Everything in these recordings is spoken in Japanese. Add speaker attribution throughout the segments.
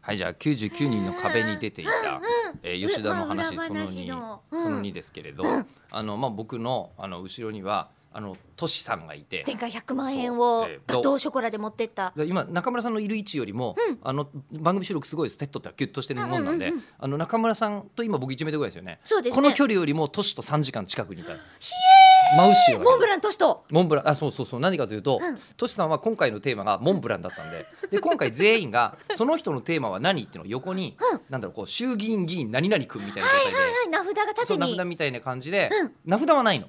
Speaker 1: はいじゃあ99人の壁に出ていた、えー吉田の話
Speaker 2: うわ
Speaker 1: その
Speaker 2: 裏話
Speaker 1: 2、
Speaker 2: のうん
Speaker 1: その2ですけれど、あのまあ僕のあの後ろにはあのトシさんがいて。
Speaker 2: 前回100万円を
Speaker 1: そうえー
Speaker 2: ガトーショコラで持ってった
Speaker 1: で今中村さんのいる位置よりも、あの番組収録すごいセットってのはキュッとしてるもんなんで、
Speaker 2: うんう
Speaker 1: あの中村さんと今僕1メートルぐらいですよね
Speaker 2: そうですね
Speaker 1: この距離よりも都市と3時間近くにいた真後ろだけど
Speaker 2: モンブラントシと
Speaker 1: モンブランあそうそうそう何かというと、トシさんは今回のテーマがモンブランだったん でで今回全員がその人のテーマは何っていうのを横に、なんだろうこう衆議院議員何々君みたいな状態で、
Speaker 2: はい名札が
Speaker 1: そ
Speaker 2: 縦
Speaker 1: う名
Speaker 2: に
Speaker 1: 札みたいな感じで、
Speaker 2: うん
Speaker 1: 名札はないの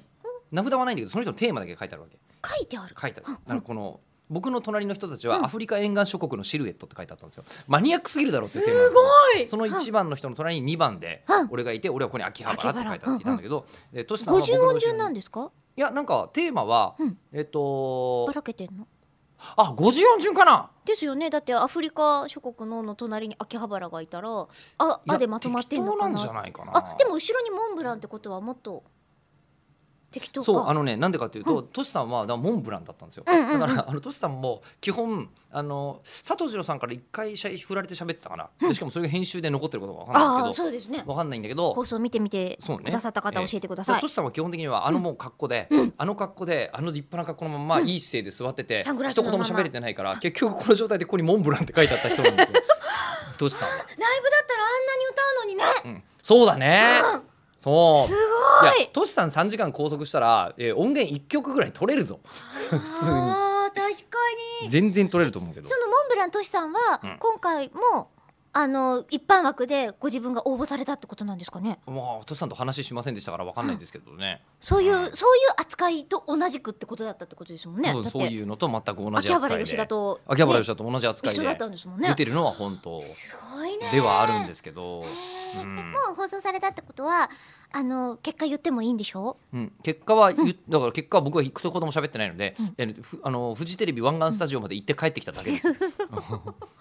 Speaker 1: 名札はないんだけどその人のテーマだけが書いてあるわけ
Speaker 2: 書いてある
Speaker 1: 書いてあるなんかこの僕の隣の人たちはアフリカ沿岸諸国のシルエットって書いてあったんですよマニアックすぎるだろうっていうテーマなんですけど
Speaker 2: すごい
Speaker 1: その一番の人の隣に2番で
Speaker 2: うん
Speaker 1: 俺がいて俺はここに秋葉原って書いてあっていたんだけどでトシさんは
Speaker 2: 五
Speaker 1: 僕
Speaker 2: 十
Speaker 1: の後ろ
Speaker 2: 音
Speaker 1: に
Speaker 2: 順なんですか
Speaker 1: いやなんかテーマは、
Speaker 2: うん
Speaker 1: えっと
Speaker 2: ばらけてんの
Speaker 1: あ、五十四順かな。
Speaker 2: ですよねだってアフリカ諸国のの隣に秋葉原がいたらあ
Speaker 1: いや
Speaker 2: あでまとまってんのかな
Speaker 1: 適当なんじゃないかな。
Speaker 2: あでも後ろにモンブランってことはもっと適当か
Speaker 1: そうあのねなんでかっていうと、トシさんはだからモンブランだったんですよ。
Speaker 2: うんうんうん
Speaker 1: だからあのトシさんも基本あの佐藤二郎さんから一回しゃ振られて喋ってたかな。でしかもそれが編集で残ってることがわかんないん
Speaker 2: あ
Speaker 1: で
Speaker 2: あ
Speaker 1: すけ
Speaker 2: そうですね
Speaker 1: ど、わかんないんだけど。
Speaker 2: 放送見てみて
Speaker 1: そうね、
Speaker 2: くださった方
Speaker 1: ええ
Speaker 2: 教えてください
Speaker 1: トシさんは基本的にはあのもう格好で、あの格好であの立派な格好のままいい姿勢で座ってて、
Speaker 2: サングラス
Speaker 1: 一
Speaker 2: の
Speaker 1: 言
Speaker 2: まま
Speaker 1: も喋れてないから結局この状態でここにモンブランって書いてあった人なん ですよトシさんは、
Speaker 2: ライブだったらあんなに歌うのにね
Speaker 1: うん、そうだね、そう
Speaker 2: す
Speaker 1: い
Speaker 2: ご
Speaker 1: や
Speaker 2: い
Speaker 1: トシさん3時間拘束したら、えー音源1曲ぐらい取れるぞ普通に
Speaker 2: あー確かに
Speaker 1: 全然取れると思うけど
Speaker 2: そのモンブランとしさんは、
Speaker 1: うん
Speaker 2: 今回もあの一般枠でご自分が応募されたってことなんですかね
Speaker 1: まあトシさんと話しませんでしたから分かんないですけどね
Speaker 2: そういう、
Speaker 1: うん
Speaker 2: そういう扱いと同じくってことだったってことですもんね
Speaker 1: 多分
Speaker 2: だっ
Speaker 1: そう
Speaker 2: て
Speaker 1: いうのと全く同じ
Speaker 2: 秋葉原
Speaker 1: 扱い
Speaker 2: 吉
Speaker 1: で
Speaker 2: 田と、
Speaker 1: 秋葉原
Speaker 2: ね
Speaker 1: 吉田と同じ扱い
Speaker 2: 一緒だったん
Speaker 1: で
Speaker 2: ですもんね
Speaker 1: 出てるのは本当
Speaker 2: すごいね
Speaker 1: ではあるんですけど、
Speaker 2: へー
Speaker 1: うん
Speaker 2: でもう放送されたってことはあの結果言ってもいいんでしょ
Speaker 1: うん、結果はゆだから結果は僕は一言も喋ってないので、
Speaker 2: うん
Speaker 1: えーふあのフジテレビ湾岸スタジオまで行って帰ってきただけです よ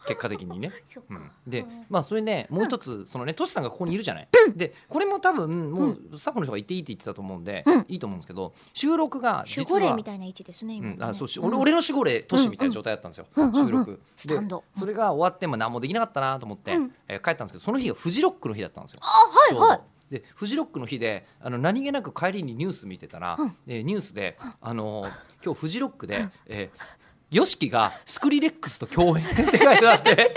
Speaker 1: 結果的にね。
Speaker 2: そっか
Speaker 1: うん、で、
Speaker 2: うん
Speaker 1: まあそれねもう一つ、そのねトシさんがここにいるじゃない、でこれも多分もうスタッフの人が言っていいって言ってたと思うんで、
Speaker 2: うん
Speaker 1: いいと思うんですけど収録が実
Speaker 2: 守
Speaker 1: は
Speaker 2: 護霊みたいな位置ですね
Speaker 1: う
Speaker 2: 今
Speaker 1: ん、
Speaker 2: ね
Speaker 1: あそうし、
Speaker 2: ん
Speaker 1: 俺俺の守護霊トシみたいな状態だったんですよ、
Speaker 2: うんうん
Speaker 1: 収録
Speaker 2: スタンド
Speaker 1: でそれが終わっても何もできなかったなと思って、
Speaker 2: うん
Speaker 1: えー帰ったんですけどその日がフジロックの日だったんですよ。
Speaker 2: あはいはい
Speaker 1: い、でフジロックの日であの何気なく帰りにニュース見てたら、
Speaker 2: うん
Speaker 1: えーニュースで、あのー今日フジロックで、えー、ヨシキがスクリレックスと共演って書いてあって。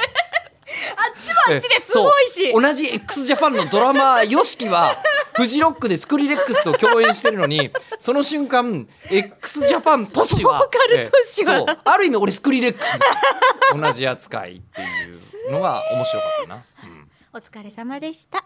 Speaker 2: あっちはあっちですごいし
Speaker 1: そう同じ x ジャパンのドラマー YOSHIKI はフジロックでスクリレックスと共演してるのにその瞬間 x ジャパン都市は
Speaker 2: ボーカル都市は
Speaker 1: えーそうある意味俺スクリレックス同じ扱いっていうのが面白かったな。うん
Speaker 2: お疲れ様でした